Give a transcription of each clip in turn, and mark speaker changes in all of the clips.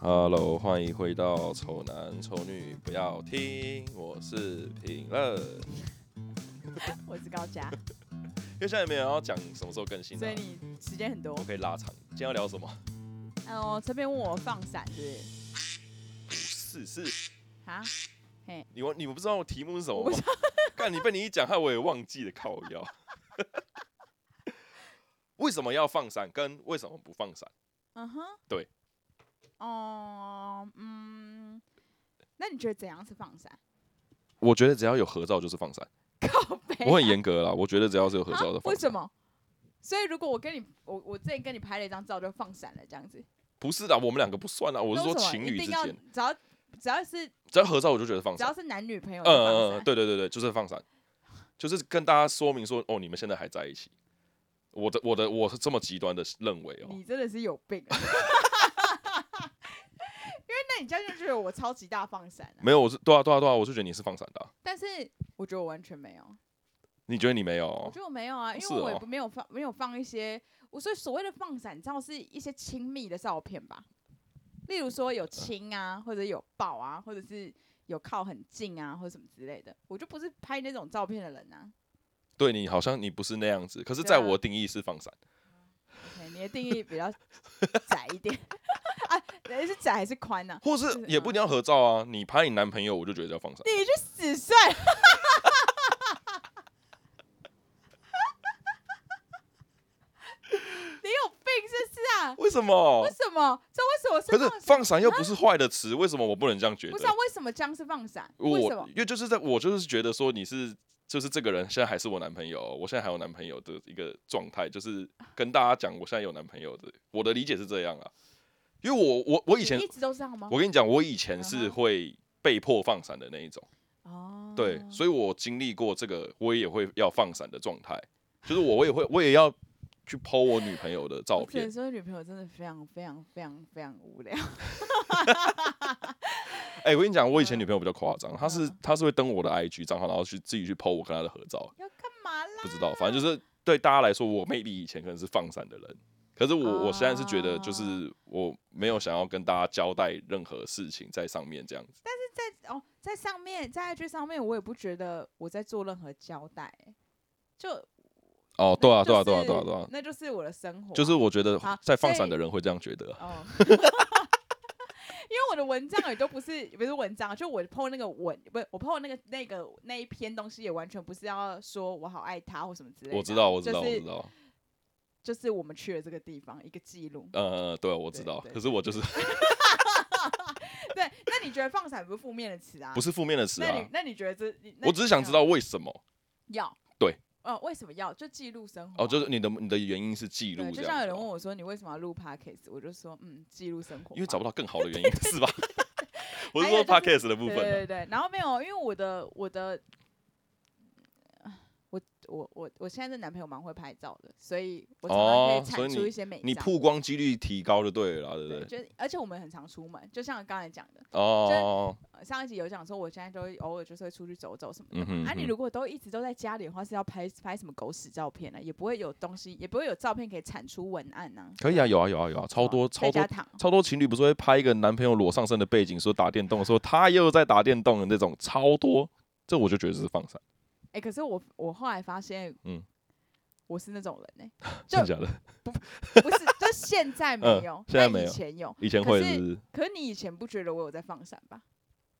Speaker 1: Hello，欢迎回到《丑男丑女不要听》，我是品乐。
Speaker 2: 我是 高佳，
Speaker 1: 因为现在没有要讲什么时候更新、啊，
Speaker 2: 所以你时间很多
Speaker 1: 我。可以拉长。今天要聊什么？
Speaker 2: 嗯，我这边问我放闪是不是
Speaker 1: 不是，是
Speaker 2: 啊？
Speaker 1: 你们你们不知道题目是什么
Speaker 2: 我不
Speaker 1: 吗？ 干你被你一讲害我也忘记了靠腰。为什么要放闪？跟为什么不放闪？
Speaker 2: 嗯哼，
Speaker 1: 对。
Speaker 2: 哦，嗯，那你觉得怎样是放 闪？
Speaker 1: 我觉得只要有合照就是放闪，
Speaker 2: 靠背啊、
Speaker 1: 我很严格啦。我觉得只要是有合
Speaker 2: 啊
Speaker 1: 照的放
Speaker 2: 为什
Speaker 1: 闪，
Speaker 2: 么？所以如果我跟你，我我之前跟你拍了一张照就放闪了，这样子。
Speaker 1: 不是的，我们两个不算啊啦。我是
Speaker 2: 那
Speaker 1: 说
Speaker 2: 为什么
Speaker 1: 情侣
Speaker 2: 一
Speaker 1: 之
Speaker 2: 定要
Speaker 1: 间，
Speaker 2: 只要只要是
Speaker 1: 只要合照我就觉得放
Speaker 2: 只
Speaker 1: 闪
Speaker 2: 要。是男女朋友
Speaker 1: 嗯
Speaker 2: 就放
Speaker 1: 嗯
Speaker 2: 闪、
Speaker 1: 嗯，对对对对，就是放闪，就是跟大家说明说，哦，你们现在还在一起。我的我的我是这么极端的认为哦，
Speaker 2: 你真的是有病、啊。因 为那你这样就觉得我超级大放闪、啊，
Speaker 1: 没有，我是对啊对啊对啊，我是觉得你是放闪的啊、
Speaker 2: 但是我觉得我完全没有。
Speaker 1: 你觉得你没有
Speaker 2: 我
Speaker 1: 哦？
Speaker 2: 觉得我没有啊，因
Speaker 1: 是
Speaker 2: 为我也
Speaker 1: 哦
Speaker 2: 不没有放没有放一些，我所以所谓的放闪照是一些亲密的照片吧，例如说
Speaker 1: 嗯
Speaker 2: 有亲啊，或者有抱啊，或者是有靠很近啊，或者什么之类的，我就不是拍那种照片的人啊。
Speaker 1: 对你好像你不是那样子，可是
Speaker 2: 对
Speaker 1: 在
Speaker 2: 啊
Speaker 1: 我的定义是放闪，
Speaker 2: OK，你的定义比较窄一点 啊，是窄还是宽啊呢、
Speaker 1: 或
Speaker 2: 就是是
Speaker 1: 也不一定要合照啊。你拍你男朋友，我就觉得叫放闪。
Speaker 2: 你去死帅！ 你有病是不是啊？
Speaker 1: 为什么
Speaker 2: 为？什么？这为什么
Speaker 1: 哦可
Speaker 2: 是
Speaker 1: 是
Speaker 2: 放闪？
Speaker 1: 放
Speaker 2: 啊
Speaker 1: 闪又不是坏的词，为什么我不能这样觉
Speaker 2: 不
Speaker 1: 得
Speaker 2: 知？道为什么姜是放闪？为什
Speaker 1: 我
Speaker 2: 么？
Speaker 1: 因为就是在我就是觉得说你是就是这个人现在还是我男朋友，我现在还有男朋友的一个状态，就是跟大家讲我现在有男朋友的，我的理解是这样啊。因为我我我以前
Speaker 2: 你一直都这样吗？
Speaker 1: 我跟你讲，我以前是
Speaker 2: 嗯哼
Speaker 1: 会被迫放闪的那一种，
Speaker 2: 哦，
Speaker 1: 对，所以我经历过这个，我也会要放闪的状态，就是我也会我也要去剖我女朋友的照
Speaker 2: 我只能
Speaker 1: 片。
Speaker 2: 说女朋友 真的非常非常非常非常无聊。
Speaker 1: 哎、我跟你讲，我以前女朋友比较夸张，她是
Speaker 2: 嗯
Speaker 1: 她是会登我的 IG 账号，然后去自己去剖我跟她的合照。
Speaker 2: 要干嘛啦？
Speaker 1: 不知道，反正就是对大家来说，我 maybe 以前可能是放闪的人，可是我、我现在是觉得，就是
Speaker 2: 哦
Speaker 1: 我没有想要跟大家交代任何事情在上面这样子。
Speaker 2: 哦，在上面，在 IG 上面，我也不觉得我在做任何交代、就
Speaker 1: 哦，对啊，对啊，
Speaker 2: 就
Speaker 1: 对啊，
Speaker 2: 是
Speaker 1: 对啊，对啊，
Speaker 2: 那就是我的生活啊、
Speaker 1: 就是我觉得
Speaker 2: 好
Speaker 1: 在放闪的人会这样觉得啊。
Speaker 2: 哦。 因为我的文章也都不是不是文章，啊就我 PO 那个文，不是我 PO 那个那个那一篇东西，也完全不是要说我好爱他或什么之类的。啊
Speaker 1: 我知道，我知道，
Speaker 2: 就
Speaker 1: 我
Speaker 2: 是
Speaker 1: 知道，。
Speaker 2: 就是我们去了这个地方一个记录
Speaker 1: 呃，对，我知道
Speaker 2: 对。对
Speaker 1: 可是我就是
Speaker 2: 对，那你觉得放闪不是负面的词啊？
Speaker 1: 不
Speaker 2: 是、
Speaker 1: 是负面的词
Speaker 2: 那
Speaker 1: 啊
Speaker 2: 你，那你觉得这？你那
Speaker 1: 我
Speaker 2: 你
Speaker 1: 只是想知道为什么。
Speaker 2: 要
Speaker 1: 对。
Speaker 2: 呃，为什么要就记录生活啊？
Speaker 1: 哦，就是你的你的原因是记录
Speaker 2: 对，就
Speaker 1: 这
Speaker 2: 像
Speaker 1: 样子
Speaker 2: 有人问
Speaker 1: 哦，
Speaker 2: 我说你为什么要录 podcast，我就说嗯，记录生活嘛，
Speaker 1: 因为找不到更 好的原因是吧？我是
Speaker 2: 还有
Speaker 1: 说
Speaker 2: 就是
Speaker 1: podcast 的部分
Speaker 2: 对
Speaker 1: 啊。
Speaker 2: 对对，然后没有，因为我的我的，我我我我现在的男朋友蛮会拍照的，所以我常
Speaker 1: 哦
Speaker 2: 常可
Speaker 1: 所以
Speaker 2: 产出一些美照。
Speaker 1: 你曝光几率提高就对了啦，对不
Speaker 2: 对，
Speaker 1: 对？
Speaker 2: 就是而且我们很常出门，就像刚才讲的，
Speaker 1: 哦，
Speaker 2: 呃上一集有讲说我现在都会偶尔就是会出去走走什么的。
Speaker 1: 嗯哼
Speaker 2: 啊，你
Speaker 1: 哼
Speaker 2: 如果都一直都在家里的话，是要拍拍什么狗屎照片呢、啊也不会有东西，也不会有照片可以产出文案呐、
Speaker 1: 可以啊，有啊，有啊，有啊，超多，
Speaker 2: 哦在
Speaker 1: 超
Speaker 2: 家
Speaker 1: 多，
Speaker 2: 躺，
Speaker 1: 超多情侣不是会拍一个男朋友裸上身的背景，说打电动的时候他又在打电动的那种，超多。这我就觉得是放闪，
Speaker 2: 哎、可是我我后来发现，
Speaker 1: 嗯
Speaker 2: 我是那种人哎、就
Speaker 1: 真的假的？
Speaker 2: 不是，就现在没
Speaker 1: 嗯
Speaker 2: 有，
Speaker 1: 现在
Speaker 2: 但
Speaker 1: 没有
Speaker 2: 以前有。
Speaker 1: 以前
Speaker 2: 可
Speaker 1: 会
Speaker 2: 是
Speaker 1: 是不是，
Speaker 2: 可是你以前不觉得我有在放闪吧？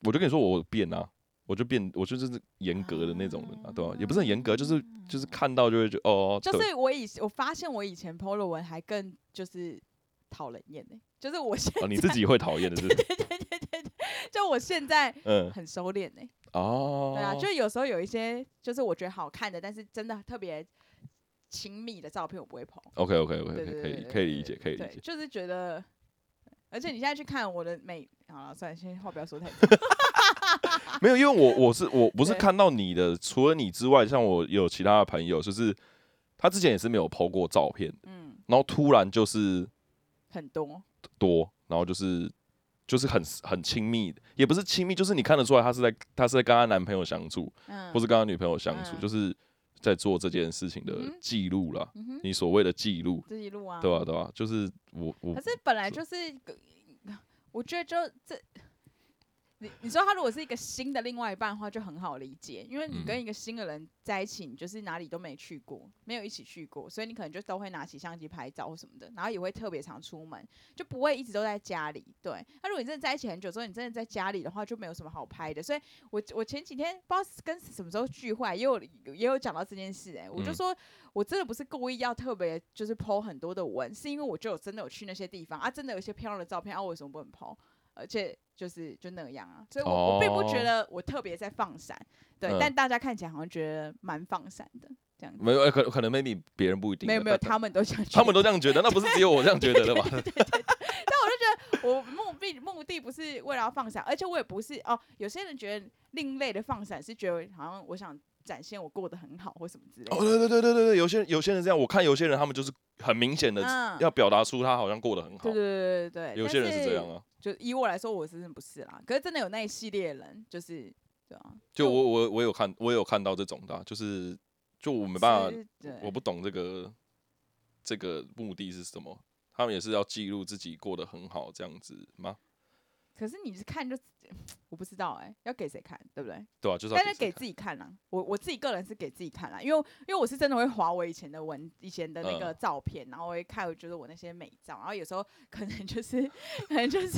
Speaker 1: 我就跟你说我变啊，我就变，我就是严格的那种人啊，对吧、也不是很严格，就是就是看到就会觉得哦，
Speaker 2: 嗯就
Speaker 1: 对
Speaker 2: 是我以我发现我以前 PO 的文还更就是讨人厌呢、欸就是我现
Speaker 1: 哦，你自己会讨厌的 是不是，
Speaker 2: 就我现在
Speaker 1: 嗯，
Speaker 2: 很收敛欸呢、
Speaker 1: 哦，
Speaker 2: 对啊，就有时候有一些就是我觉得好看的，但是真的特别亲密的照片我不会 PO。
Speaker 1: OK OK OK，
Speaker 2: 对
Speaker 1: 可以
Speaker 2: 对
Speaker 1: 可
Speaker 2: 对
Speaker 1: 以
Speaker 2: 对
Speaker 1: 可以理解，可以理
Speaker 2: 对，
Speaker 1: 解。
Speaker 2: 就是觉得，而且你现在去看我的美，好了，算了，先话不要说太 多。
Speaker 1: 没有，因为我我是我不是
Speaker 2: 对
Speaker 1: 看到你的，除了你之外，像我有其他的朋友，就是他之前也是没有 PO 过照片，
Speaker 2: 嗯，
Speaker 1: 然后突然就是
Speaker 2: 很多，
Speaker 1: 多，然后就是就是很很亲密，也不是亲密，就是你看得出来她是在她是在跟她男朋友相处，
Speaker 2: 嗯，
Speaker 1: 或是跟她女朋友相处，
Speaker 2: 嗯
Speaker 1: 就是在做这件事情的
Speaker 2: 嗯哼
Speaker 1: 记录啦，
Speaker 2: 嗯哼，
Speaker 1: 你所谓的记录，
Speaker 2: 自己录啊，
Speaker 1: 对吧、对吧、就是我我
Speaker 2: 可是本来就是， 我觉得就这，你你说他如果是一个新的另外一半的话，就很好理解，因为你
Speaker 1: 嗯
Speaker 2: 跟一个新的人在一起，你就是哪里都没去过，没有一起去过，所以你可能就都会拿起相机拍照或什么的，然后也会特别常出门，就不会一直都在家里。对，那如果你真的在一起很久之后，你真的在家里的话，就没有什么好拍的。所以我我前几天不知道是跟什么时候聚会，也有也有讲到这件事、欸，哎，我就
Speaker 1: 嗯
Speaker 2: 说我真的不是故意要特别就是 PO 很多的文，是因为我就有真的有去那些地方啊，真的有一些漂亮的照片啊，我为什么不能 PO？而且就是就那样啊，所以我、我并不觉
Speaker 1: 哦
Speaker 2: 得我特别在放闪，对，
Speaker 1: 嗯
Speaker 2: 但大家看起来好像觉得蛮放闪的这样子。
Speaker 1: 没有，呃可可能 maybe 别人不一定，
Speaker 2: 没有没有，
Speaker 1: 但
Speaker 2: 他们都想去，
Speaker 1: 呃他们都这样觉得，那不是只有我这样觉得的吧？
Speaker 2: 我目的目的不是为了要放闪，而且我也不是哦。有些人觉得另类的放闪是觉得好像我想展现我过得很好或什么之类
Speaker 1: 哦，
Speaker 2: 的。
Speaker 1: 对对对对对对，有些人有些人这样，我看有些人他们就是很明显的
Speaker 2: 嗯
Speaker 1: 要表达出他好像过得很好
Speaker 2: 对，对对对对，
Speaker 1: 有些人是这样。啊。
Speaker 2: 就以我来说，我真的不是啦。可是真的有那一系列人，就是对啊，
Speaker 1: 就
Speaker 2: 就
Speaker 1: 我我我有看我有看到这种的啊、就是就我没办法，
Speaker 2: 是对
Speaker 1: 我不懂这个这个目的是什么。他们也是要记录自己过得很好这样子吗？
Speaker 2: 可是你是看就我不知道哎、要给谁看，对不对？
Speaker 1: 对啊，就是要
Speaker 2: 但是
Speaker 1: 给
Speaker 2: 给
Speaker 1: 自
Speaker 2: 自
Speaker 1: 己
Speaker 2: 己看啦，我我自己个人是给自己看啦，因为因为我是真的会划我以前的文、以前的那
Speaker 1: 嗯
Speaker 2: 个照片，然后我会看，我觉得我那些美照，然后有时候 可能就是可能就是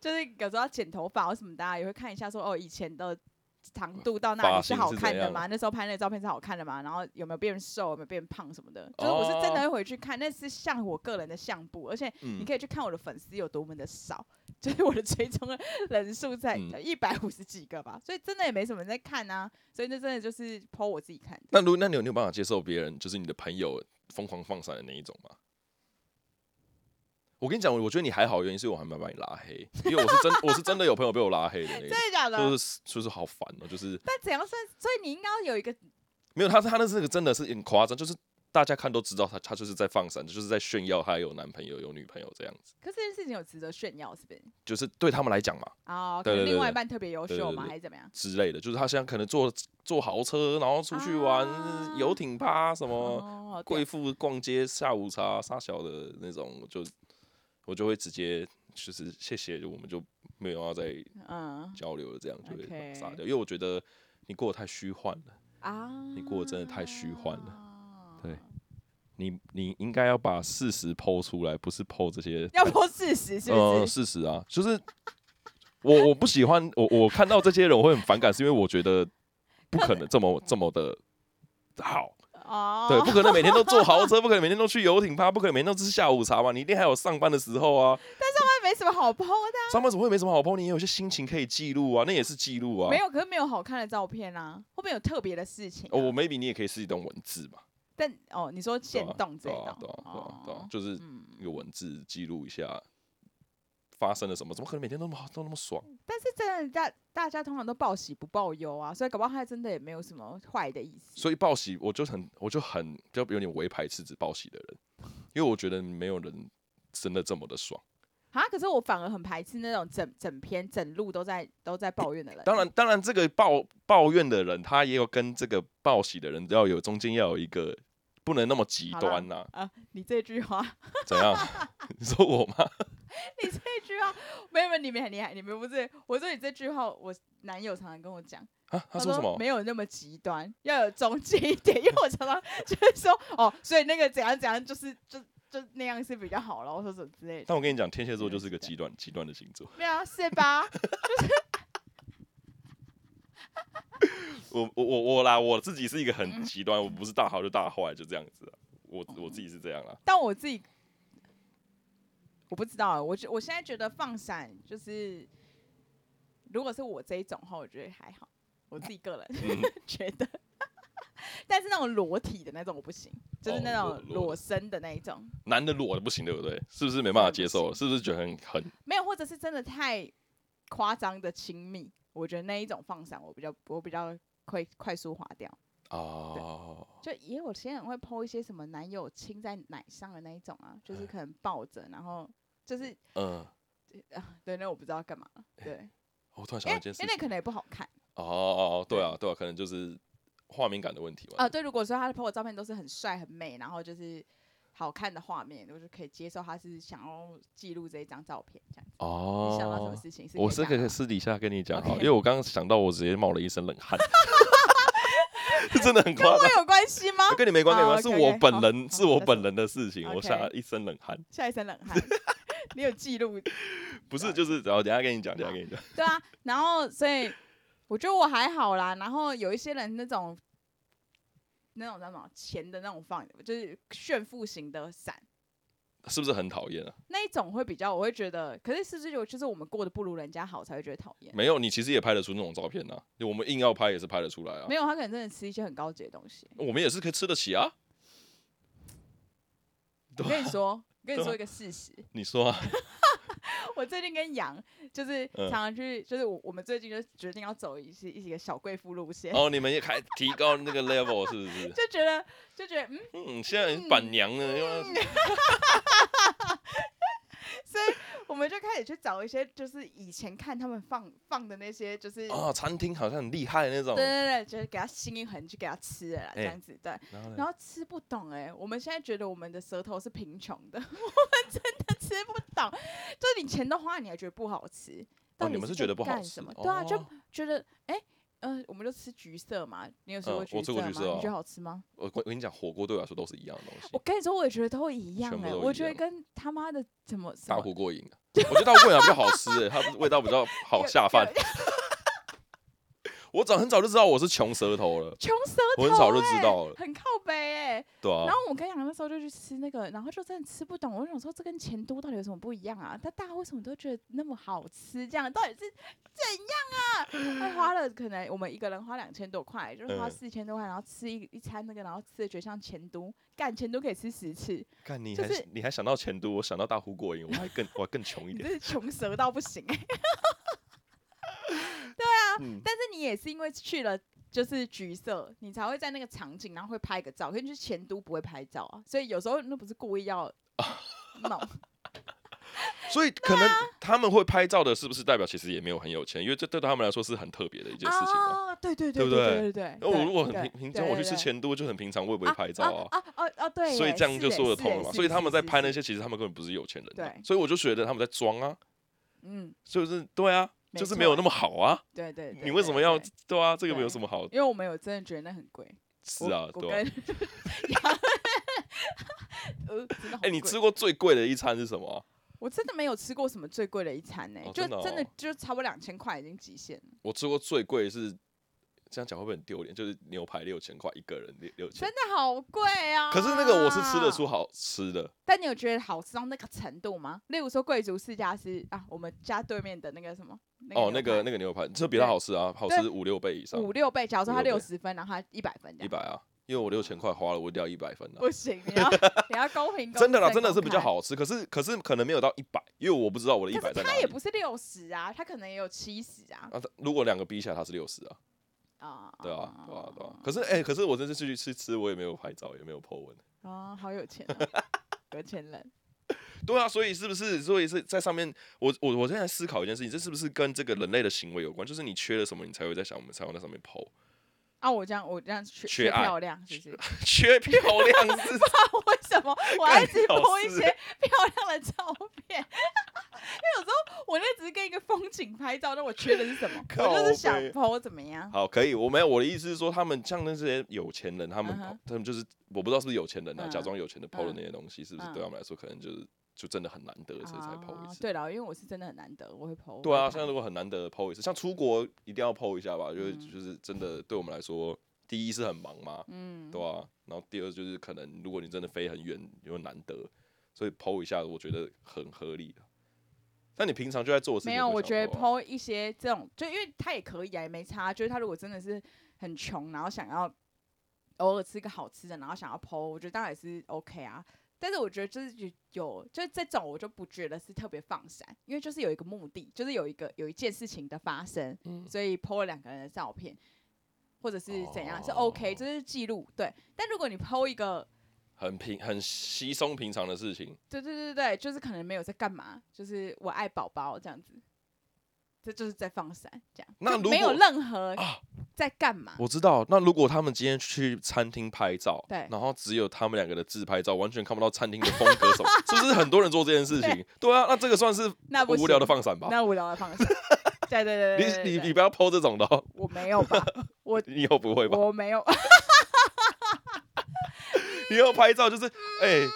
Speaker 2: 就是有时候要剪头发或什么的、啊，也会看一下说哦以前的长度到那
Speaker 1: 发
Speaker 2: 里是
Speaker 1: 型
Speaker 2: 好
Speaker 1: 是怎
Speaker 2: 看的
Speaker 1: 样
Speaker 2: 吗？那时候拍那个照片是好看的吗？然后有没有变瘦，有没有变胖什么的？就是我是
Speaker 1: 哦
Speaker 2: 真的会回去看，那是像我个人的相簿，而且
Speaker 1: 嗯
Speaker 2: 你可以去看我的粉丝有多么的少， 就是我的追踪的人数在
Speaker 1: 嗯
Speaker 2: 一百五十几个吧，所以真的也没什么人在看啊，所以那真的就是 PO 我自己看的。
Speaker 1: 那如那你有你有办法接受别人就是你的朋友疯狂放闪的那一种吗？我跟你讲，我我觉得你还好，原因是我还没有把你拉黑，因为我是真我是真的有朋友被我拉黑的那种
Speaker 2: 真的假，
Speaker 1: 就
Speaker 2: 的？
Speaker 1: 是就是好烦哦、就是
Speaker 2: 但怎样算？所以你应该要有一个
Speaker 1: 没有他他那是个真的是很夸张，就是大家看都知道他他就是在放闪，就是在炫耀他有男朋友有女朋友这样子，
Speaker 2: 可是这件事情有值得炫耀，是不是？
Speaker 1: 就是对他们来讲嘛
Speaker 2: 哦，可
Speaker 1: 对对
Speaker 2: 能
Speaker 1: 对
Speaker 2: 另外一
Speaker 1: 对
Speaker 2: 半特别优
Speaker 1: 对
Speaker 2: 秀
Speaker 1: 对
Speaker 2: 嘛，
Speaker 1: 对
Speaker 2: 还是怎么样？
Speaker 1: 之类的，就是他现在可能坐坐豪车，然后出去玩、
Speaker 2: 啊
Speaker 1: 游艇趴什么。
Speaker 2: 哦，对
Speaker 1: 贵妇逛街下午茶傻小的那种，我就我就会直接就是谢谢，就我们就没有要再
Speaker 2: 嗯
Speaker 1: 交流了，这样就会把它
Speaker 2: OK
Speaker 1: 杀掉。因为我觉得你过得太虚幻了，
Speaker 2: 啊，
Speaker 1: 你过得真的太虚幻
Speaker 2: 了
Speaker 1: 对你你应该要把事实剖出来，不是剖这些
Speaker 2: 要说事实是不
Speaker 1: 呃
Speaker 2: 是？
Speaker 1: 事实啊，就是我我不喜欢我我看到这些人我会很反感，是因为我觉得不可能这么这么的好。嗯
Speaker 2: 哦，
Speaker 1: 对，不可能每天都坐豪车，不可能每天都去游艇趴，不可能每天都吃下午茶嘛，你一定还有上班的时候啊。
Speaker 2: 那没什么好 PO 的
Speaker 1: 上班怎么会没什么好 PO？你也有些心情可以记录啊，那也是记录
Speaker 2: 啊，
Speaker 1: 啊。
Speaker 2: 没有，可是没有好看的照片啊，会不会有特别的事情啊？
Speaker 1: 哦，我 maybe 你也可以是一段文字嘛，
Speaker 2: 但哦，你说
Speaker 1: 对
Speaker 2: 限
Speaker 1: 吧
Speaker 2: 动这
Speaker 1: 对
Speaker 2: 一
Speaker 1: 啊
Speaker 2: 道，
Speaker 1: 对啊，对啊，对啊
Speaker 2: 哦，
Speaker 1: 就是
Speaker 2: 嗯，
Speaker 1: 一个文字记录一下发生了什么，怎么可能每天都那么好，都那么爽？
Speaker 2: 但是真的大大家通常都报喜不报忧啊，所以搞不好他真的也没有什么坏的意思。
Speaker 1: 所以报喜，我就很，我就很比较有点微排斥只报喜的人，因为我觉得没有人真的这么的爽。
Speaker 2: 啊，可是我反而很排斥那种整整篇整路都在都在抱怨的人。
Speaker 1: 当然，，当然，这个抱抱怨的人，他也有跟这个报喜的人要有中间要有一个，不能那么极
Speaker 2: 好啦
Speaker 1: 端呐、
Speaker 2: 啊，你这句话，
Speaker 1: 怎样？ 你说我吗？
Speaker 2: 你这句话，没有没有，你们很厉害，你们不是？我说你这句话，我男友常常跟我讲，
Speaker 1: 啊，他说什么？
Speaker 2: 没有那么极端，要有中间一点，因为我常常就是说，哦，所以那个怎样怎样，就是就就那样是比较好了，我说什么之类的。
Speaker 1: 但我跟你讲，天蝎座
Speaker 2: 没有
Speaker 1: 就是个
Speaker 2: 极端
Speaker 1: 极端极端的星座。
Speaker 2: 对啊，是吧？
Speaker 1: 我我我我啦，我自己是一个很
Speaker 2: 嗯
Speaker 1: 极端，我不是大好就大坏，就这样子啊、我我自己是这样啦。
Speaker 2: 但我自己我不知道啊，我觉我现在觉得放闪就是，如果是我这一种的话，我觉得还好，我自己个人
Speaker 1: 嗯，
Speaker 2: 觉得。但是那种裸体的那种我不行，就是
Speaker 1: 哦
Speaker 2: 那种
Speaker 1: 裸裸
Speaker 2: 裸身的那一种，
Speaker 1: 男的裸的不行，对不对？是不是没办法接受
Speaker 2: 真的
Speaker 1: 了？
Speaker 2: 不
Speaker 1: 是不是觉得很很
Speaker 2: 没有，或者是真的太夸张的亲密，我觉得那一种放闪我比较我比较快快速划掉。
Speaker 1: 哦？
Speaker 2: 就也有些人会剖一些什么男友亲在奶上的那一种啊，
Speaker 1: 哎
Speaker 2: 就是可能抱着，然后就是
Speaker 1: 嗯，
Speaker 2: 对，那我不知道干嘛。 对，
Speaker 1: 我突然
Speaker 2: 因
Speaker 1: 想
Speaker 2: 为
Speaker 1: 到一件事
Speaker 2: 因为那可嗯能也不好看
Speaker 1: 哦哦哦，对啊对啊，可能就是画面感的问题吧。
Speaker 2: 哦啊。对，如果说他的 PO 的照片都是很帅很美，然后就是好看的画面，我就可以接受他是想要记录这一张照片这样子。你想到什么
Speaker 1: 哦，
Speaker 2: 事情是可以
Speaker 1: 我是
Speaker 2: 这样
Speaker 1: 可以
Speaker 2: 吗
Speaker 1: 私底下跟你讲好
Speaker 2: OK
Speaker 1: 因为我刚刚想到，我直接冒了一身冷 汗，这真的很
Speaker 2: 跟
Speaker 1: 夸张
Speaker 2: 我。有关系吗？
Speaker 1: 跟你没关系，没
Speaker 2: 哦
Speaker 1: 关系，是
Speaker 2: OK，OK，
Speaker 1: 我本
Speaker 2: 好
Speaker 1: 人，
Speaker 2: 好
Speaker 1: 是我
Speaker 2: 那
Speaker 1: 本
Speaker 2: 是
Speaker 1: 人的事情，我
Speaker 2: OK
Speaker 1: 吓一身冷汗。
Speaker 2: 下一身冷汗， 你有记录
Speaker 1: 不是，
Speaker 2: 对
Speaker 1: 就是然后等一下跟你讲，等一下
Speaker 2: 好
Speaker 1: 跟你讲。
Speaker 2: 对啊，然后所以我觉得我还好啦。然后有一些人那种那种叫什么钱的那种放，就是炫富型的伞，
Speaker 1: 是不是很讨厌啊？
Speaker 2: 那一种会比较，我会觉得，可是是不是有就是我们过得不如人家好才会觉得讨厌？
Speaker 1: 没有，你其实也拍得出那种照片呐、我们硬要拍也是拍得出来啊
Speaker 2: 没。有，他可能真的吃一些很高级的东 西。
Speaker 1: 我们也是可以吃得起啊。
Speaker 2: 我跟你说，我跟你
Speaker 1: 啊对
Speaker 2: 说
Speaker 1: 啊
Speaker 2: 一个事实，
Speaker 1: 你说啊？
Speaker 2: 我最近跟杨就是
Speaker 1: 嗯
Speaker 2: 常常去，就是我我们最近就决定要走一些一些小贵妇路线，
Speaker 1: 哦，你们也开提高那个 level 是不是？
Speaker 2: 就觉得就觉得嗯，
Speaker 1: 嗯，现在板娘呢，又要
Speaker 2: 我们就开始去找一些就是以前看他们放放的那些，就是、
Speaker 1: 啊、餐厅好像很厉害那种
Speaker 2: 对。对对，就是给他心一狠去给他吃了啦，这
Speaker 1: 哎
Speaker 2: 样子对。
Speaker 1: 然后呢
Speaker 2: 然后吃不懂哎、我们现在觉得我们的舌头是贫穷的，我 们真的吃不懂，就是你钱都花了，你还觉得不好吃。到
Speaker 1: 哦，
Speaker 2: 底
Speaker 1: 你们
Speaker 2: 是
Speaker 1: 觉
Speaker 2: 在
Speaker 1: 得不好
Speaker 2: 干
Speaker 1: 吃？
Speaker 2: 什么？对啊，就
Speaker 1: 哦
Speaker 2: 觉得哎、嗯、我们就吃橘色嘛。你有吃
Speaker 1: 嗯
Speaker 2: 过
Speaker 1: 我
Speaker 2: 橘
Speaker 1: 吃
Speaker 2: 色
Speaker 1: 过
Speaker 2: 吗？
Speaker 1: 橘色
Speaker 2: 你觉得
Speaker 1: 哦
Speaker 2: 好吃吗？
Speaker 1: 我我跟你讲，火锅对我来说都是一样的东
Speaker 2: 我
Speaker 1: 西，
Speaker 2: 跟你说，我也觉得都一样
Speaker 1: 全部
Speaker 2: 哎、
Speaker 1: 都
Speaker 2: 我
Speaker 1: 一
Speaker 2: 觉得
Speaker 1: 样
Speaker 2: 跟他妈的怎么什
Speaker 1: 大
Speaker 2: 么
Speaker 1: 火锅瘾啊。我觉得大火锅瘾比较好吃、欸，它味道比较好
Speaker 2: 有
Speaker 1: 下饭
Speaker 2: 有。
Speaker 1: 我早很早就知道我是穷舌头了，
Speaker 2: 穷舌头、
Speaker 1: 我
Speaker 2: 欸，
Speaker 1: 很早就知道了
Speaker 2: 很靠北哎、
Speaker 1: 对啊
Speaker 2: 然。后我跟杨那时候就去吃那个，然后就真的吃不懂。我想说，这跟前都到底有什么不一样啊？但大家为什么都觉得那么好吃？这样到底是怎样啊？还花了可能我们一个人花两千多块，就是花
Speaker 1: 嗯
Speaker 2: 四千多块，然后吃一一餐那个，然后吃的觉得像前都，干前都可以吃十次，
Speaker 1: 看你
Speaker 2: 就
Speaker 1: 还
Speaker 2: 是
Speaker 1: 你还想到前都，我想到大呼过瘾，我还更我还更穷一
Speaker 2: 你
Speaker 1: 点。
Speaker 2: 真是穷舌到不行、欸。
Speaker 1: 嗯，
Speaker 2: 但是你也是因为去了。就是橘色，你才会在那个场景，然后会拍个照。可是你去前都不会拍照啊，所以有时候那不是故意要弄，
Speaker 1: 所以可能他们会拍照的，是不是代表其实也没有很有钱？因为这对他们来说是很特别的一件事情啊。
Speaker 2: 啊，对对
Speaker 1: 对
Speaker 2: 对
Speaker 1: 不
Speaker 2: 对对对。
Speaker 1: 那我
Speaker 2: 对
Speaker 1: 如果很
Speaker 2: 对
Speaker 1: 平平
Speaker 2: 对
Speaker 1: 常，我去
Speaker 2: 对
Speaker 1: 吃
Speaker 2: 对
Speaker 1: 前都就很平常，我也不会拍照啊。
Speaker 2: 啊啊啊！对，
Speaker 1: 所以这样就说得通了嘛。所以他们在拍那
Speaker 2: 些，
Speaker 1: 些，其实他们根本不是有钱人啊、
Speaker 2: 对
Speaker 1: 所以我就觉得他们在装啊，
Speaker 2: 嗯，
Speaker 1: 就是对啊，
Speaker 2: 没
Speaker 1: 就是
Speaker 2: 错
Speaker 1: 没有那么好啊。
Speaker 2: 对对。对
Speaker 1: 你为什么要
Speaker 2: 对
Speaker 1: 对啊？这个没有
Speaker 2: 对
Speaker 1: 什么好
Speaker 2: 因为我们有真的觉得那很贵。
Speaker 1: 吃啊，
Speaker 2: 我
Speaker 1: 对
Speaker 2: 我
Speaker 1: 吧、
Speaker 2: 跟
Speaker 1: 啊？，
Speaker 2: 呃，真的好
Speaker 1: 哎、你
Speaker 2: 贵
Speaker 1: 吃？过最贵的一餐是什么啊、
Speaker 2: 我真的没有吃过什么最贵的一餐呢
Speaker 1: 哦，
Speaker 2: 就
Speaker 1: 真的
Speaker 2: 真的
Speaker 1: 哦
Speaker 2: 就差不多两千块已经极限了。
Speaker 1: 我吃过最贵的是，这样讲会不会很丢脸？就是牛排六千块一个人，六六千
Speaker 2: 真。的好贵啊！
Speaker 1: 可是那个我是吃得出，好吃的，
Speaker 2: 但你有觉得好吃到那个程度吗？例如说贵族世家是啊，我们家对面的那个什么
Speaker 1: 哦，那个
Speaker 2: 牛
Speaker 1: 那个牛排，这比它
Speaker 2: 对
Speaker 1: 好吃啊，好
Speaker 2: 对
Speaker 1: 吃五六倍以
Speaker 2: 排
Speaker 1: 上，
Speaker 2: 五六倍，假如说他
Speaker 1: 五六
Speaker 2: 六
Speaker 1: 倍
Speaker 2: 十分，然后他一百分这
Speaker 1: 一
Speaker 2: 样，
Speaker 1: 百啊，因为我六千块花了，我掉一百分啊了。
Speaker 2: 不行，你 要你要公平公
Speaker 1: 真的啦，
Speaker 2: 正
Speaker 1: 真的是
Speaker 2: 公
Speaker 1: 比较
Speaker 2: 开
Speaker 1: 好吃，可是可是可能没有到一百，因为我不知道我的一
Speaker 2: 可
Speaker 1: 百
Speaker 2: 是
Speaker 1: 在哪
Speaker 2: 他也
Speaker 1: 里。
Speaker 2: 不是六十啊，他可能也有七十啊。
Speaker 1: 啊，它如果两个比起来，它是六十啊，
Speaker 2: 啊，
Speaker 1: 对啊，对啊，对啊。可是哎、可是我这次去吃吃，我也没有拍照，也没有 po 文。
Speaker 2: 啊，好有钱、啊， 有钱人。
Speaker 1: 对啊，所以是不是？所以是在上面，我我我现在思考一件事情，这是不是跟这个人类的行为有关？就是你缺了什么，你才会在想我们才会在上面 po。
Speaker 2: 啊，我这样我这样缺
Speaker 1: 缺
Speaker 2: 缺
Speaker 1: 爱
Speaker 2: 漂亮，是不是？
Speaker 1: 缺漂亮是
Speaker 2: 为什么我还一直
Speaker 1: 屌
Speaker 2: 播一
Speaker 1: 丝
Speaker 2: 些漂亮的照片？因 为有时候我那只是跟一个风景拍照，那我缺的是什么？我就是想
Speaker 1: 靠北
Speaker 2: 拍我怎么 样？
Speaker 1: 好，可以。我没有我的意思是说，他们像那些有钱人，他们、
Speaker 2: 嗯哼
Speaker 1: 他们就是我不知道是不是有钱人啊，假
Speaker 2: 嗯
Speaker 1: 装有钱的 PO 的
Speaker 2: 嗯
Speaker 1: 那些东西，是不是
Speaker 2: 嗯
Speaker 1: 对他们来说可能就是就真的很难得，所以才 PO 一次。
Speaker 2: 哦对了，因为我是真的很难得，我会 PO。
Speaker 1: 对啊，像
Speaker 2: 像
Speaker 1: 如果很难得 PO 一次，像出国一定要 PO 一下吧，就是、
Speaker 2: 嗯
Speaker 1: 就是真的对我们来说，第一是很忙嘛，
Speaker 2: 嗯，
Speaker 1: 对啊，然后第二就是可能如果你真的飞很远，又难得，所以 PO 一下我觉得很合理的。啊但你平常就在做的事情
Speaker 2: 没
Speaker 1: 也
Speaker 2: 有，
Speaker 1: 不
Speaker 2: 我
Speaker 1: 想
Speaker 2: 觉得
Speaker 1: po 啊
Speaker 2: PO 一些这种，就因为他也可以啊，也没差。就是他如果真的是很穷，然后想要偶尔吃个好吃的，然后想要 PO，我觉得当然也是 OK 啊。但是我觉得就是有有，就是这种我就不觉得是特别放闪，因为就是有一个目的，就是有一个有一件事情的发生，
Speaker 1: 嗯
Speaker 2: 所以 PO 了两个人的照片，或者是怎样、是
Speaker 1: 哦
Speaker 2: OK，就是记录对。但如果你 PO 一个，
Speaker 1: 很平很稀松平常的事情，
Speaker 2: 对对对对，就是可能没有在干嘛，就是我爱宝宝这样子，这就是在放闪这样。
Speaker 1: 那
Speaker 2: 就
Speaker 1: 如
Speaker 2: 没有
Speaker 1: 果
Speaker 2: 任何
Speaker 1: 啊
Speaker 2: 在干嘛？
Speaker 1: 我知道。那如果他们今天去餐厅拍照，
Speaker 2: 对
Speaker 1: 然后只有他们两个的自拍照，完全看不到餐厅的风格什么，是不是很多人做这件事情？对啊，那这个算是
Speaker 2: 那不
Speaker 1: 无聊
Speaker 2: 行
Speaker 1: 的放闪吧？
Speaker 2: 那无聊 的放闪。对对对对对
Speaker 1: 你你
Speaker 2: 对
Speaker 1: 你不要剖这种的、哦，
Speaker 2: 我没 有吧？
Speaker 1: 你以后不会吧？
Speaker 2: 我没有。
Speaker 1: 你以后拍照就是，哎、
Speaker 2: 嗯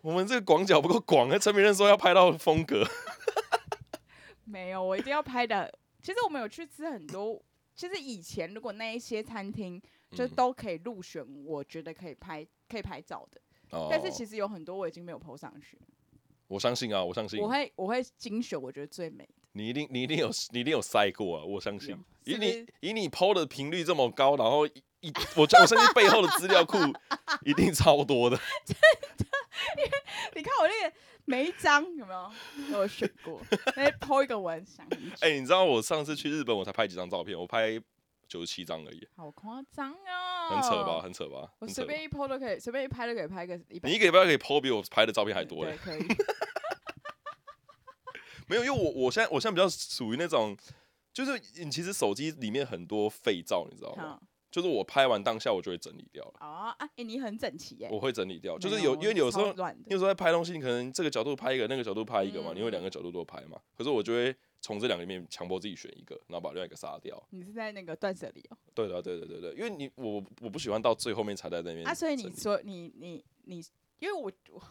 Speaker 1: 我们这个广角不够广，那陈明仁说要拍到风格，
Speaker 2: 没有，我一定要拍的。其实我们有去吃很多，其实以前如果那一些餐厅 就
Speaker 1: 嗯
Speaker 2: 都可以入选，我觉得可以拍可以拍照的。
Speaker 1: 哦
Speaker 2: 但是其实有很多我已经没有 PO 上去，
Speaker 1: 我相信啊，我相信
Speaker 2: 我会我会精选我觉得最美的。
Speaker 1: 你一定你一定有你一定有塞过啊，我相信
Speaker 2: 有。
Speaker 1: 以
Speaker 2: 是不
Speaker 1: 你
Speaker 2: 是
Speaker 1: 以你抛的频率这么高，然后一一我我相信背后的资料库一定超多的。
Speaker 2: 你看我那个每一张有没有都有选过？那 PO 一个文想很久，
Speaker 1: 哎、你知道我上次去日本，我才拍几张照片，我拍九十七张而已，
Speaker 2: 好夸张哦，
Speaker 1: 很扯吧？？很扯吧？
Speaker 2: 我
Speaker 1: 很
Speaker 2: 随
Speaker 1: 扯吧。
Speaker 2: 便一 PO 都可以，随便一拍都可以拍个一百
Speaker 1: 你。一个礼拜可以抛比我拍的照片还多嘞
Speaker 2: 对，。可以。
Speaker 1: 没有，因为我我现在我现在比较属于那种，就是你其实手机里面很多废照，你知道吗
Speaker 2: 好？，
Speaker 1: 就是我拍完当下我就会整理掉了，
Speaker 2: 哦，哎、你很整齐耶、
Speaker 1: 我会整理掉，就
Speaker 2: 没
Speaker 1: 是有因为有时
Speaker 2: 超
Speaker 1: 候
Speaker 2: 乱的
Speaker 1: 你有时候在拍东西，你可能这个角度拍一个，那个角度拍一个嘛，
Speaker 2: 嗯
Speaker 1: 你会两个角度都拍嘛。可是我就会从这两个里面强迫自己选一个，然后把另外一个杀掉。
Speaker 2: 你是在那个断舍离哦。
Speaker 1: 对的啊，对对对对，因为你我我不喜欢到最后面才在那边
Speaker 2: 啊，所以你
Speaker 1: 整理
Speaker 2: 说你你你，因为我我，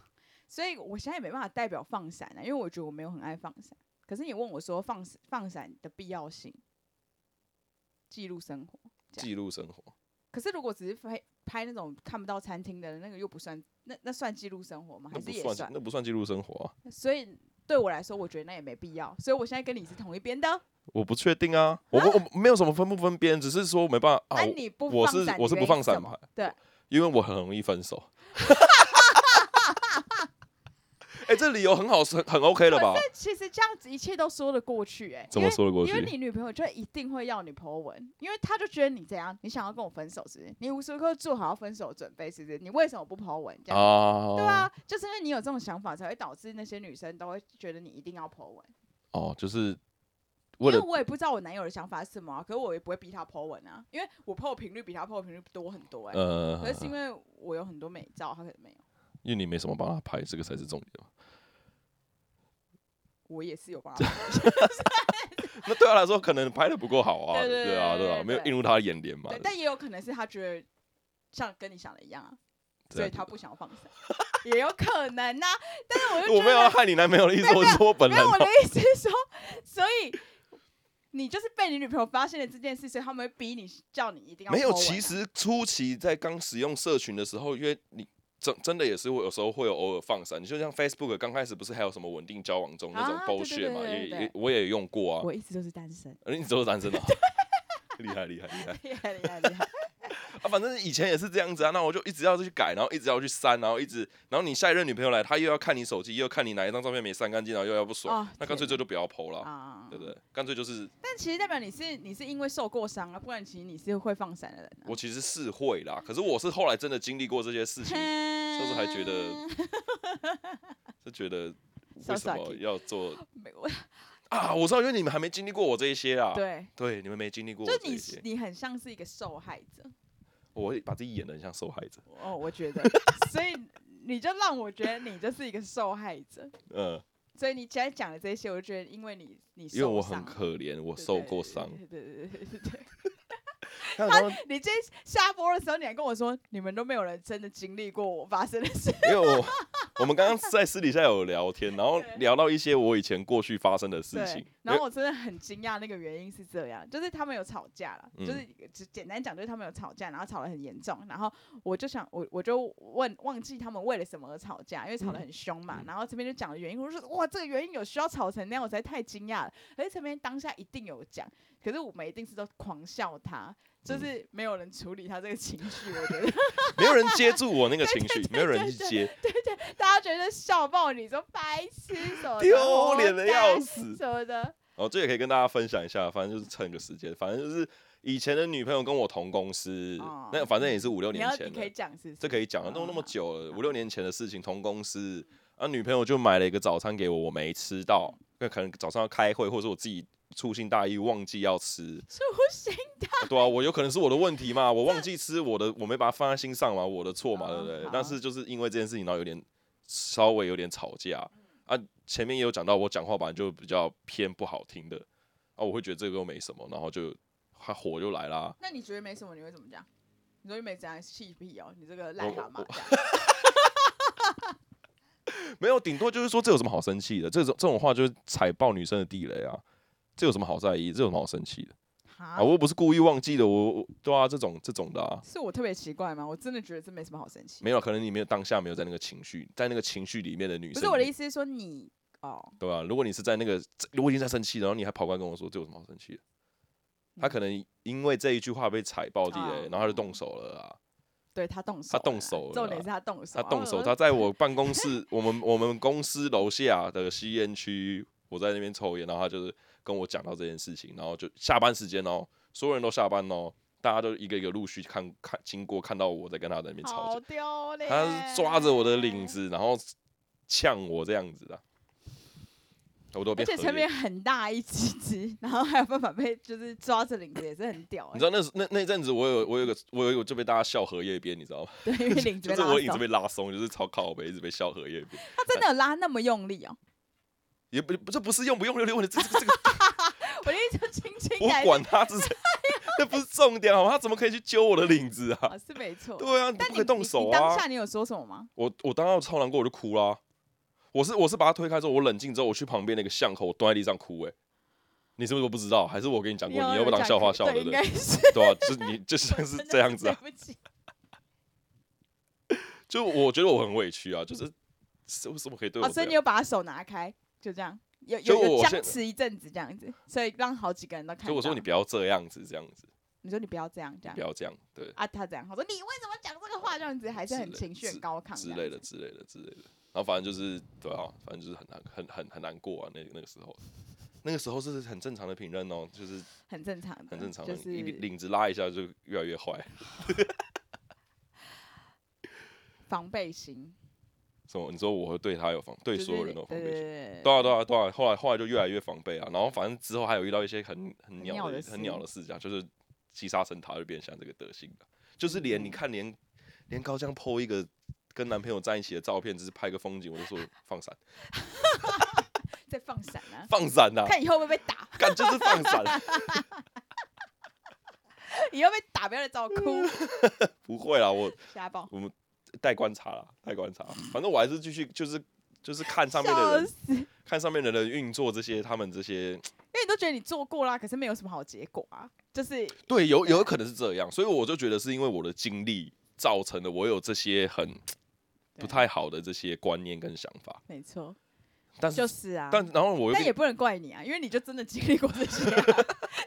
Speaker 2: 所以我现在也没办法代表放闪啊，因为我觉得我没有很爱放闪。可是你问我说放闪放闪的必要性，记录生活。这样
Speaker 1: 记录生活，
Speaker 2: 可是如果只是拍拍那种看不到餐厅的那个，又不算，那那算记录生活吗？
Speaker 1: 那
Speaker 2: 还
Speaker 1: 不
Speaker 2: 是也
Speaker 1: 算
Speaker 2: 算？
Speaker 1: 那不算记录生活啊，
Speaker 2: 所以对我来说，我觉得那也没必要。所以我现在跟你是同一边的。
Speaker 1: 我不确定 啊，我不我没有什么分不分边，只是说没办法啊
Speaker 2: 啊，
Speaker 1: 我
Speaker 2: 你不
Speaker 1: 我
Speaker 2: 放
Speaker 1: 是
Speaker 2: 闪
Speaker 1: 我
Speaker 2: 的
Speaker 1: 是不
Speaker 2: 原因
Speaker 1: 放
Speaker 2: 是
Speaker 1: 闪
Speaker 2: 什
Speaker 1: 牌
Speaker 2: 么，对，
Speaker 1: 因为我很容易分手。 哎、这理由很好，很很 OK 了吧？
Speaker 2: 其实这样子一切都说得过去、哎，
Speaker 1: 怎
Speaker 2: 因
Speaker 1: 么
Speaker 2: 为
Speaker 1: 说得过去
Speaker 2: 因为？你女朋友就一定会要你 po 文，因为她就觉得你怎样，你想要跟我分手是不是？你无时无刻做好要分手的准备是不是？你为什么不 po 文这样？
Speaker 1: 啊，
Speaker 2: 对啊，就是因为你有这种想法，才会导致那些女生都会觉得你一定要 po 文。
Speaker 1: 哦，就是
Speaker 2: 因
Speaker 1: 为
Speaker 2: 为
Speaker 1: 了
Speaker 2: 我也不知道我男友的想法是什么啊、可是我也不会逼他 po 文啊，因为我 po 的频率比他 po 的频率多很多哎、
Speaker 1: 呃，
Speaker 2: 可是是因为我有很多美照，他可能没有。
Speaker 1: 因为你没什么帮他拍，这个才是重点嘛。
Speaker 2: 我也是有帮他 po，
Speaker 1: 那对他来说，可能拍的不够好啊，
Speaker 2: 对对对
Speaker 1: 啊，对
Speaker 2: 对
Speaker 1: 啊，
Speaker 2: 对
Speaker 1: 没有映入他的眼帘嘛
Speaker 2: 对，。但也有可能是他觉得像跟你想的一样啊，
Speaker 1: 对
Speaker 2: 所以他不想要放闪，也有可能呐、但是我就觉得
Speaker 1: 我没有要害你男朋友的意思，我是说本
Speaker 2: 啊没
Speaker 1: 人
Speaker 2: 有，我的
Speaker 1: 哦。
Speaker 2: 意思是说，所以你就是被你女朋友发现了这件事，所以他们会逼你叫你一定要
Speaker 1: 没有，
Speaker 2: po 文啊
Speaker 1: 其实初期在刚使用社群的时候，因为你真真的也是会有时候会有偶尔放闪，你就像 Facebook 刚开始不是还有什么稳定交往中那种
Speaker 2: 啊对对
Speaker 1: bullshit 嘛，
Speaker 2: 对对
Speaker 1: 也
Speaker 2: 对
Speaker 1: 也我也用过啊。
Speaker 2: 我一直都是单身，
Speaker 1: 呃你只有单身啊， 厉害厉害厉害
Speaker 2: 厉害厉害 厉害，
Speaker 1: 啊！反正以前也是这样子啊，那我就一直要去改，然后一直要去删，然后一直，然后你下一任女朋友来，她又要看你手机，又要看你哪一张照片没删干净，然后又要不爽，
Speaker 2: 哦
Speaker 1: 那干脆这
Speaker 2: 天
Speaker 1: 就不要 PO 了啊，
Speaker 2: 啊
Speaker 1: 对不对？干脆就是
Speaker 2: 但其实代表你是你是因为受过伤啊，不然其实你是会放闪的人、啊。
Speaker 1: 我其实是会啦，可是我是后来真的经历过这些事情，
Speaker 2: 甚
Speaker 1: 时候还觉
Speaker 2: 嗯
Speaker 1: 得就觉得为什么要做
Speaker 2: 没我
Speaker 1: 啊？我知道，因为你们还没经历过我这一些啊，
Speaker 2: 对，
Speaker 1: 对，你们没经历过我
Speaker 2: 就
Speaker 1: 这
Speaker 2: 你
Speaker 1: 一些，
Speaker 2: 你很像是一个受害者
Speaker 1: 我会把自己演的很像受害者，
Speaker 2: 哦，我觉得，所以你就让我觉得你就是一个受害者。
Speaker 1: 嗯、
Speaker 2: 所以你现在讲的这些，我就觉得因为你你
Speaker 1: 因为我
Speaker 2: 受伤
Speaker 1: 很
Speaker 2: 了，
Speaker 1: 可怜，我
Speaker 2: 对
Speaker 1: 受过伤，
Speaker 2: 对对对对对对。
Speaker 1: 他想说
Speaker 2: 你今天下播的时候，你还跟我说你们都没有人真的经历过我发生的事，
Speaker 1: 因为我我们刚刚在私底下有聊天，然后
Speaker 2: 对
Speaker 1: 聊到一些我以前过去发生的事情
Speaker 2: 对。。然后我真的很惊讶，那个原因是这样，就是他们有吵架了，
Speaker 1: 嗯
Speaker 2: 就是只简单讲，就是他们有吵架，然后吵得很严重，然后我就想，我我就问忘记他们为了什么而吵架，因为
Speaker 1: 嗯
Speaker 2: 吵得很凶嘛。然后这边就讲了原因，我就说哇，这个原因有需要吵成那样，我实在太惊讶了。而且这边当下一定有讲，可是我们一定是都狂笑他，就
Speaker 1: 嗯
Speaker 2: 是没有人处理他这个情绪，我觉得。
Speaker 1: 没有人接住我那个情绪，没有人去接，
Speaker 2: 大家觉得笑爆你，说白痴什么的
Speaker 1: 丢脸的要死。
Speaker 2: 什么的，
Speaker 1: 然后这也可以跟大家分享一下，反正就是趁个时间，反正就是以前的女朋友跟我同公司
Speaker 2: 哦，
Speaker 1: 那反正也是五六
Speaker 2: 你
Speaker 1: 年
Speaker 2: 要
Speaker 1: 前
Speaker 2: 你可
Speaker 1: 的，
Speaker 2: 以讲是不是
Speaker 1: 这可以讲的，都
Speaker 2: 啊
Speaker 1: 那么久了，五六年前的事情，同公司，啊，女朋友就买了一个早餐给我，我没吃到，那可能早上要开会，或者是我自己粗心大意，忘记要吃。
Speaker 2: 粗心的，
Speaker 1: 对啊，我有可能是我的问题嘛，我忘记吃，我的我没把它放在心上嘛，我的错嘛，
Speaker 2: 哦
Speaker 1: 对不对
Speaker 2: 好？
Speaker 1: 但是就是因为这件事情，然后有点稍微有点吵架
Speaker 2: 嗯
Speaker 1: 啊。前面也有讲到，我讲话本来就比较偏不好听的啊，我会觉得这个又没什么，然后就他火就来啦。
Speaker 2: 那你觉得没什么，你会怎么讲？你说又没怎样气屁哦，你这个
Speaker 1: 我
Speaker 2: 癞蛤
Speaker 1: 我
Speaker 2: 蟆
Speaker 1: 我
Speaker 2: 这样，
Speaker 1: 没有，顶多就是说这有什么好生气的？这种这种话就是踩爆女生的地雷啊！这有什么好在意？这有什么好生气的
Speaker 2: 哈
Speaker 1: 啊？我又不是故意忘记的，我我对啊，这种这种的啊，
Speaker 2: 是我特别奇怪吗？我真的觉得这没什么好生气。
Speaker 1: 没有，啊可能你没有当下没有在那个情绪，在那个情绪里面的女
Speaker 2: 不
Speaker 1: 生，
Speaker 2: 是我的意思是说你哦，
Speaker 1: 对啊，如果你是在那个，我已经在生气了，然后你还跑过来跟我说这有什么好生气的？他
Speaker 2: 嗯
Speaker 1: 可能因为这一句话被踩爆地雷，
Speaker 2: 哦
Speaker 1: 然后他就动手了啊！
Speaker 2: 对他动手
Speaker 1: 他
Speaker 2: 了啦，
Speaker 1: 动手了
Speaker 2: 重
Speaker 1: 啦
Speaker 2: 点是他动手，
Speaker 1: 他动手，
Speaker 2: 哦
Speaker 1: 他在我办公室，我们我们公司楼下的吸烟区，我在那边抽烟，然后他就是跟我讲到这件事情，然后就下班时间哦，所有人都下班哦，大家都一个一个陆续看看经过，看到我在跟他在那边吵
Speaker 2: 好
Speaker 1: 架，
Speaker 2: 丢脸，
Speaker 1: 他是抓着我的领，子，然后呛我这样子的，我都
Speaker 2: 而
Speaker 1: 变
Speaker 2: 且
Speaker 1: 合
Speaker 2: 前
Speaker 1: 眼
Speaker 2: 面很大一只只，然后还有办法被就是抓着领子，也是很屌欸。
Speaker 1: 你知道那时那那阵子我有我有个我有一个就被大家笑荷叶边，你知道吗？
Speaker 2: 欸对，因为领子
Speaker 1: 就
Speaker 2: 被
Speaker 1: 是
Speaker 2: 拉
Speaker 1: 我影
Speaker 2: 走
Speaker 1: 子被拉松，就是超靠背，一直被笑荷叶边。
Speaker 2: 他真的有拉那么用力哦，
Speaker 1: 也不这不是用不用的问题，这这这个
Speaker 2: 我的意思就轻轻来
Speaker 1: 我管他 是谁，那不是重点好吗？他怎么可以去揪我的领子啊？
Speaker 2: 啊，是没错。
Speaker 1: 对啊，你
Speaker 2: 但
Speaker 1: 不
Speaker 2: 你
Speaker 1: 可以动
Speaker 2: 你
Speaker 1: 手
Speaker 2: 你当
Speaker 1: 啊
Speaker 2: 下！你有说什么吗？
Speaker 1: 我我当时超难过，我就哭啦、我是我是把他推开之后，我冷静之后，我去旁边那个巷口，我蹲在地上哭、欸。你是不是都不知道？还是啊我跟你讲过，你又
Speaker 2: 有
Speaker 1: 不当
Speaker 2: 讲
Speaker 1: 笑话
Speaker 2: 过
Speaker 1: 笑
Speaker 2: 对
Speaker 1: 对不
Speaker 2: 应
Speaker 1: 对
Speaker 2: 该？是
Speaker 1: 对啊，就是你就像是这样子 啊。
Speaker 2: 我真的是对不起
Speaker 1: 就我觉得我很委屈啊，就是是为什么可以对我
Speaker 2: 嗯
Speaker 1: 这
Speaker 2: 哦，所以你
Speaker 1: 样？
Speaker 2: 有把他手拿开，就这样，有
Speaker 1: 就
Speaker 2: 有有
Speaker 1: 我
Speaker 2: 僵
Speaker 1: 现
Speaker 2: 持一阵子这样子，所以让好几个人都看到。
Speaker 1: 就我说你不要这样子，这样子，
Speaker 2: 你说你不要这样这
Speaker 1: 你
Speaker 2: 样
Speaker 1: 不要这样，对
Speaker 2: 啊，他这样，他说你为什么讲这个话这样子，还是
Speaker 1: 之
Speaker 2: 很
Speaker 1: 类
Speaker 2: 情绪很高亢
Speaker 1: 之
Speaker 2: 这样
Speaker 1: 类的
Speaker 2: 子。
Speaker 1: 之类的之类的。然后反正就是对啊，反正就是很难很很很难过啊，那那个时候，那个时候是很正常的评论哦，就是
Speaker 2: 很正常的，
Speaker 1: 很正常的，
Speaker 2: 嗯就
Speaker 1: 你
Speaker 2: 是
Speaker 1: 领子拉一下就越来越坏，
Speaker 2: 防备心，
Speaker 1: 什么？你说我会对他有防，对
Speaker 2: 就是
Speaker 1: 所有人都有防备心。
Speaker 2: 对
Speaker 1: 对啊，对啊，对啊，后来后来就越来越防备啊，然后反正之后还有遇到一些很很
Speaker 2: 很
Speaker 1: 鸟
Speaker 2: 鸟
Speaker 1: 的
Speaker 2: 的
Speaker 1: 很鸟
Speaker 2: 事
Speaker 1: 的事情啊，就是击杀成塔就变像这个德行了，就是连你
Speaker 2: 嗯
Speaker 1: 看连连高江 PO 一个跟男朋友在一起的照片，只是拍个风景，我就说放闪
Speaker 2: 在放闪啊，
Speaker 1: 放闪呐、啊，
Speaker 2: 看以后会不会被打，
Speaker 1: 干就是放闪，啊
Speaker 2: 以后被打不要来找我哭，
Speaker 1: 不会啦，我
Speaker 2: 瞎报，
Speaker 1: 待观察啦，待观察，反正我还是继续就是就是看 上面的
Speaker 2: 笑
Speaker 1: 人，
Speaker 2: 死，因
Speaker 1: 看上面的人运作这些他们这些
Speaker 2: 为你都觉得你做过啦，可是没有什么好结果啊，就是
Speaker 1: 对，有有可能是这样，所以我就觉得是因为我的经历造成的，我有这些很不
Speaker 2: 对
Speaker 1: 太好的这些观念跟想法。
Speaker 2: 没错，
Speaker 1: 但是，
Speaker 2: 就是啊，
Speaker 1: 但然后我又
Speaker 2: 但
Speaker 1: 跟
Speaker 2: 也不能怪你啊，因为你就真的经历过这些、啊，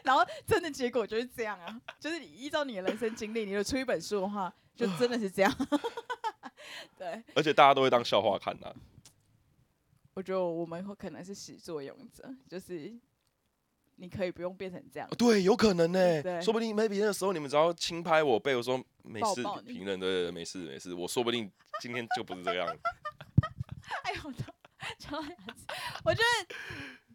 Speaker 2: 然后真的结果就是这样啊，就是你依照你的人生经历，你有出一本书的话，就真的是这样。 对，
Speaker 1: 而且大家都会当笑话看呐、
Speaker 2: 我觉得我们会可能是始作俑者，就是你可以不用变成这样
Speaker 1: 哦，对，有可能呢、
Speaker 2: 对
Speaker 1: 说不定 maybe 那时候你们只要轻拍我背，我说没
Speaker 2: 抱
Speaker 1: 事
Speaker 2: 抱，你
Speaker 1: 评论对对对，没事没事，我说不定今天就不是这样。
Speaker 2: 哎呦，我的讲到牙齿，我觉得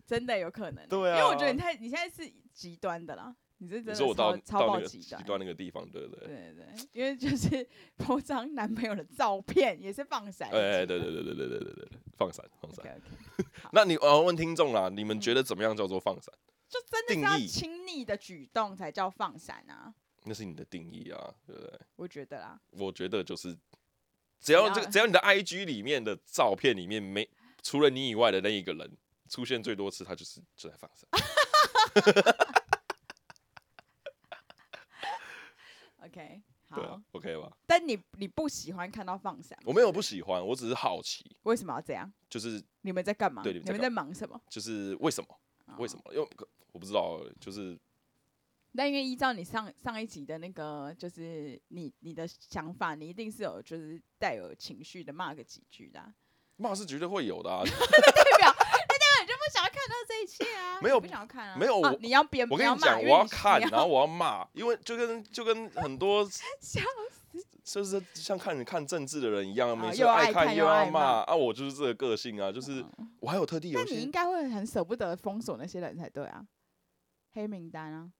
Speaker 2: 真的有可能欸。
Speaker 1: 对啊
Speaker 2: 因为我觉得你太你现在是极端的啦，你 是
Speaker 1: 你
Speaker 2: 真的
Speaker 1: 说我
Speaker 2: 超
Speaker 1: 到
Speaker 2: 超
Speaker 1: 到
Speaker 2: 爆
Speaker 1: 那个
Speaker 2: 极
Speaker 1: 极
Speaker 2: 端。
Speaker 1: 端那个地方，对不对？
Speaker 2: 对对对，因为就是 抛张男朋友的照片也是放闪。
Speaker 1: 哎哎，对对对对对对对对，对放闪放闪。
Speaker 2: OK 嗯 OK，
Speaker 1: 那你呃问听众啦，你们觉得怎么样叫做放闪？
Speaker 2: 就真的
Speaker 1: 定
Speaker 2: 是要
Speaker 1: 义
Speaker 2: 亲昵的举动才叫放闪啊，
Speaker 1: 那是你的定义啊，对不对？
Speaker 2: 我觉得啦。
Speaker 1: 我觉得就是只要这
Speaker 2: 只要
Speaker 1: 个只要你的 IG 里面的照片里面没除了你以外的那一个人出现最多次，他就是就在放生。
Speaker 2: OK，
Speaker 1: 对啊
Speaker 2: 好。
Speaker 1: ，OK 吧？
Speaker 2: 但你你不喜欢看到放闪，
Speaker 1: 我没有不喜欢，我只是好奇，
Speaker 2: 为什么要这样？
Speaker 1: 就是
Speaker 2: 你们在干嘛？
Speaker 1: 对你
Speaker 2: 你
Speaker 1: 们在
Speaker 2: 们在忙什么？哦
Speaker 1: 就是为什么？为什
Speaker 2: 么？
Speaker 1: 么？因为我不知道，就是
Speaker 2: 但因为依照你上上一集的那个，就是你你的想法，你一定是有就是带有情绪的骂个几句的啊、
Speaker 1: 骂是绝对会有的、啊。
Speaker 2: 那你就不想要看到这一切 啊？
Speaker 1: 没有
Speaker 2: 你不想要看啊？
Speaker 1: 没有
Speaker 2: 啊
Speaker 1: 我
Speaker 2: 你要编，
Speaker 1: 我跟
Speaker 2: 要
Speaker 1: 你
Speaker 2: 骂
Speaker 1: 讲，
Speaker 2: 因
Speaker 1: 我
Speaker 2: 为
Speaker 1: 要
Speaker 2: 你
Speaker 1: 看，啊
Speaker 2: 你
Speaker 1: 然后我要骂，因为就跟就跟很多
Speaker 2: 笑
Speaker 1: 就是像看你看政治的人一样，每次
Speaker 2: 啊又爱
Speaker 1: 爱
Speaker 2: 看
Speaker 1: 看
Speaker 2: 又爱
Speaker 1: 要
Speaker 2: 骂
Speaker 1: 骂啊，我就是这个个性啊，就是
Speaker 2: 嗯
Speaker 1: 我还有特地
Speaker 2: 那
Speaker 1: 有
Speaker 2: 你
Speaker 1: 些
Speaker 2: 应该会很舍不得封锁那些人才对啊。黑名单啊，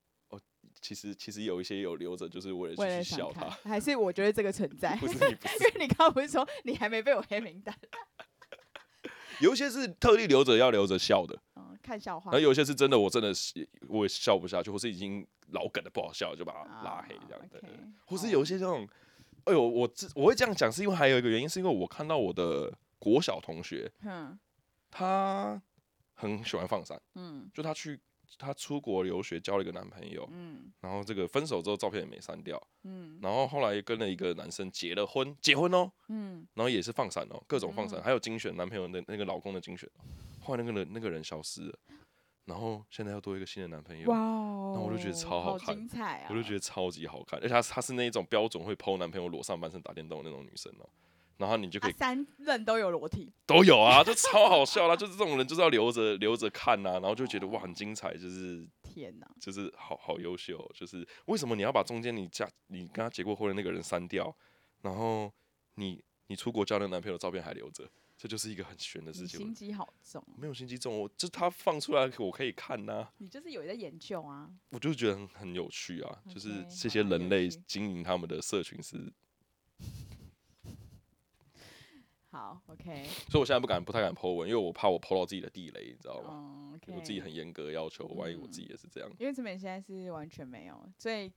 Speaker 1: 其实其实有一些有留着，就是为了
Speaker 2: 为
Speaker 1: 去
Speaker 2: 了
Speaker 1: 笑
Speaker 2: 想
Speaker 1: 他
Speaker 2: 看，。还是我觉得这个存在，
Speaker 1: 不是
Speaker 2: 因
Speaker 1: 你不是，
Speaker 2: 为你刚刚不是说你还没被我黑名单，
Speaker 1: 有一些是特地留着要留着笑的，
Speaker 2: 嗯，看笑话
Speaker 1: 然后，有一些是真的我真的是我也笑不下去，或是已经老梗的不好笑，就把它拉黑这样
Speaker 2: 的
Speaker 1: 的。，或
Speaker 2: 啊好
Speaker 1: 是有一些这种，哎呦，我自我会这样讲，是因为还有一个原因，是因为我看到我的国小同学，
Speaker 2: 嗯
Speaker 1: 他很喜欢放闪，
Speaker 2: 嗯
Speaker 1: 就他去他出国留学，交了一个男朋友，
Speaker 2: 嗯
Speaker 1: 然后这个分手之后照片也没删掉，
Speaker 2: 嗯
Speaker 1: 然后后来跟了一个男生结了婚，结婚哦，
Speaker 2: 嗯，
Speaker 1: 然后也是放闪哦，各种放闪，
Speaker 2: 嗯
Speaker 1: 还有精选男朋友的那个老公的精选哦，后来那个人那个人消失了，然后现在又多一个新的男朋友，
Speaker 2: 哇哦，
Speaker 1: 那我就觉得超好
Speaker 2: 好
Speaker 1: 看
Speaker 2: 精彩啊！
Speaker 1: 我就觉
Speaker 2: 得
Speaker 1: 得超级好看，而且她她是那一种标准会 PO 男朋友裸上半身打电动的那种女生哦、然后你就可
Speaker 2: 啊
Speaker 1: 以、
Speaker 2: 三任都有裸体，
Speaker 1: 都有啊，就超好笑啦，就是这种人就是要留着留着看啊呐、然后就觉得哇很精彩，就是
Speaker 2: 天哪，
Speaker 1: 就是好好优秀哦，就是为什么你要把中间你嫁你跟她结过婚的那个人删掉，然后你你出国交的男朋友的照片还留着，这就是一个很悬的
Speaker 2: 你
Speaker 1: 事情。
Speaker 2: 心
Speaker 1: 我
Speaker 2: 机好重，啊
Speaker 1: 没有心机重，我就她放出来我可以看呐、
Speaker 2: 你就是有在研究啊，
Speaker 1: 我就觉得很很有趣啊，就是
Speaker 2: OK，
Speaker 1: 这些
Speaker 2: 好很
Speaker 1: 人
Speaker 2: 有
Speaker 1: 类
Speaker 2: 趣
Speaker 1: 经营他们的社群是
Speaker 2: 好，OK，
Speaker 1: 所以我现在不敢不太敢 Po 文，因为我怕我 Po 到自己的地雷，你知道吗？
Speaker 2: 嗯，OK，
Speaker 1: 我自己很严格的要求，万一我
Speaker 2: 嗯
Speaker 1: 自己也是这样，
Speaker 2: 因为陈美现在是完全没有，所以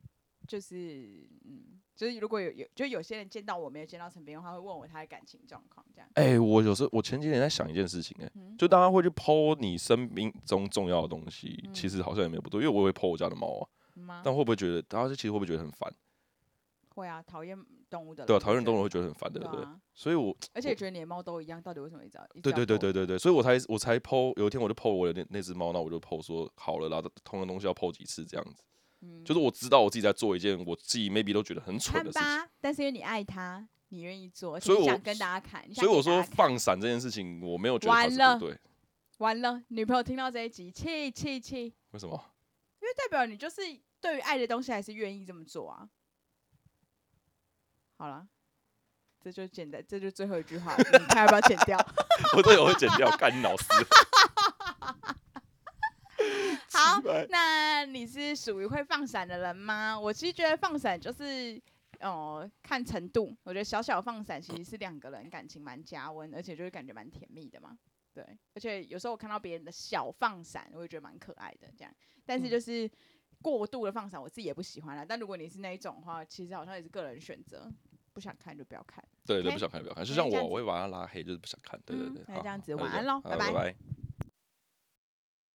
Speaker 2: 就是嗯，就是如果有有，就有些人见到我没有见到陈冰的话，会问我他的感情状况这样。
Speaker 1: 哎、我有时候我前几天在想一件事情、哎、
Speaker 2: 嗯
Speaker 1: 就大家会去 Po 你生命中重要的东西，
Speaker 2: 嗯
Speaker 1: 其实好像也没有不对，因为我也会 Po 我家的猫啊，
Speaker 2: 吗？
Speaker 1: 但会不会觉得大家其实会不会觉得很烦？
Speaker 2: 会啊，讨厌动物的人，
Speaker 1: 对啊，讨厌动物
Speaker 2: 物，
Speaker 1: 会觉得很烦的，对不对？
Speaker 2: 对啊，
Speaker 1: 所以我
Speaker 2: 而且也觉得你的猫都一样，到底为什么一直要？一直
Speaker 1: 对
Speaker 2: 要
Speaker 1: 对对对
Speaker 2: 碰
Speaker 1: 对对，所以我才我才 Po，有一天我就 Po 我的那那只猫，那我就 Po 说好了啦，同样东西要 Po 几次这样子，
Speaker 2: 嗯
Speaker 1: 就是我知道我自己在做一件我自己 maybe 都觉得很蠢
Speaker 2: 看
Speaker 1: 的事情。
Speaker 2: 吧，但是因为你爱它，你愿意做，而且
Speaker 1: 所以
Speaker 2: 你
Speaker 1: 我
Speaker 2: 想跟大家看，你想
Speaker 1: 所以我
Speaker 2: 给大
Speaker 1: 说
Speaker 2: 家看
Speaker 1: 放闪这件事情，我没有觉得它
Speaker 2: 完
Speaker 1: 是
Speaker 2: 了
Speaker 1: 不对。
Speaker 2: 完了，女朋友听到这一集，气气气，因
Speaker 1: 为什么？
Speaker 2: 为代表你就是对于爱的东西还是愿意这么做啊。好了，这就简单，这就最后一句话了，你看要不要剪掉？
Speaker 1: 我对我会剪掉，干你老 师。
Speaker 2: 好
Speaker 1: 奇怪，
Speaker 2: 那你是属于会放闪的人吗？我其实觉得放闪就是，哦、看程度。我觉得小小放闪其实是两个人感情蛮加温，而且就是感觉蛮甜蜜的嘛。对，而且有时候我看到别人的小放闪，我也觉得蛮可爱的这样。但是就是过度的放闪，我自己也不喜欢啦。但如果你是那一种的话，其实好像也是个人选择，不想看就不要看。
Speaker 1: 对对，
Speaker 2: OK，
Speaker 1: 不想看，不要看。就
Speaker 2: 那
Speaker 1: 像
Speaker 2: 这样
Speaker 1: 我，
Speaker 2: 子
Speaker 1: 我会把他拉黑，就是不想看。对对
Speaker 2: 嗯
Speaker 1: 对，
Speaker 2: 那
Speaker 1: 好
Speaker 2: 这样子
Speaker 1: 好
Speaker 2: 晚安
Speaker 1: 就这样
Speaker 2: 咯
Speaker 1: 好
Speaker 2: 拜
Speaker 1: 拜
Speaker 2: 拜
Speaker 1: 拜。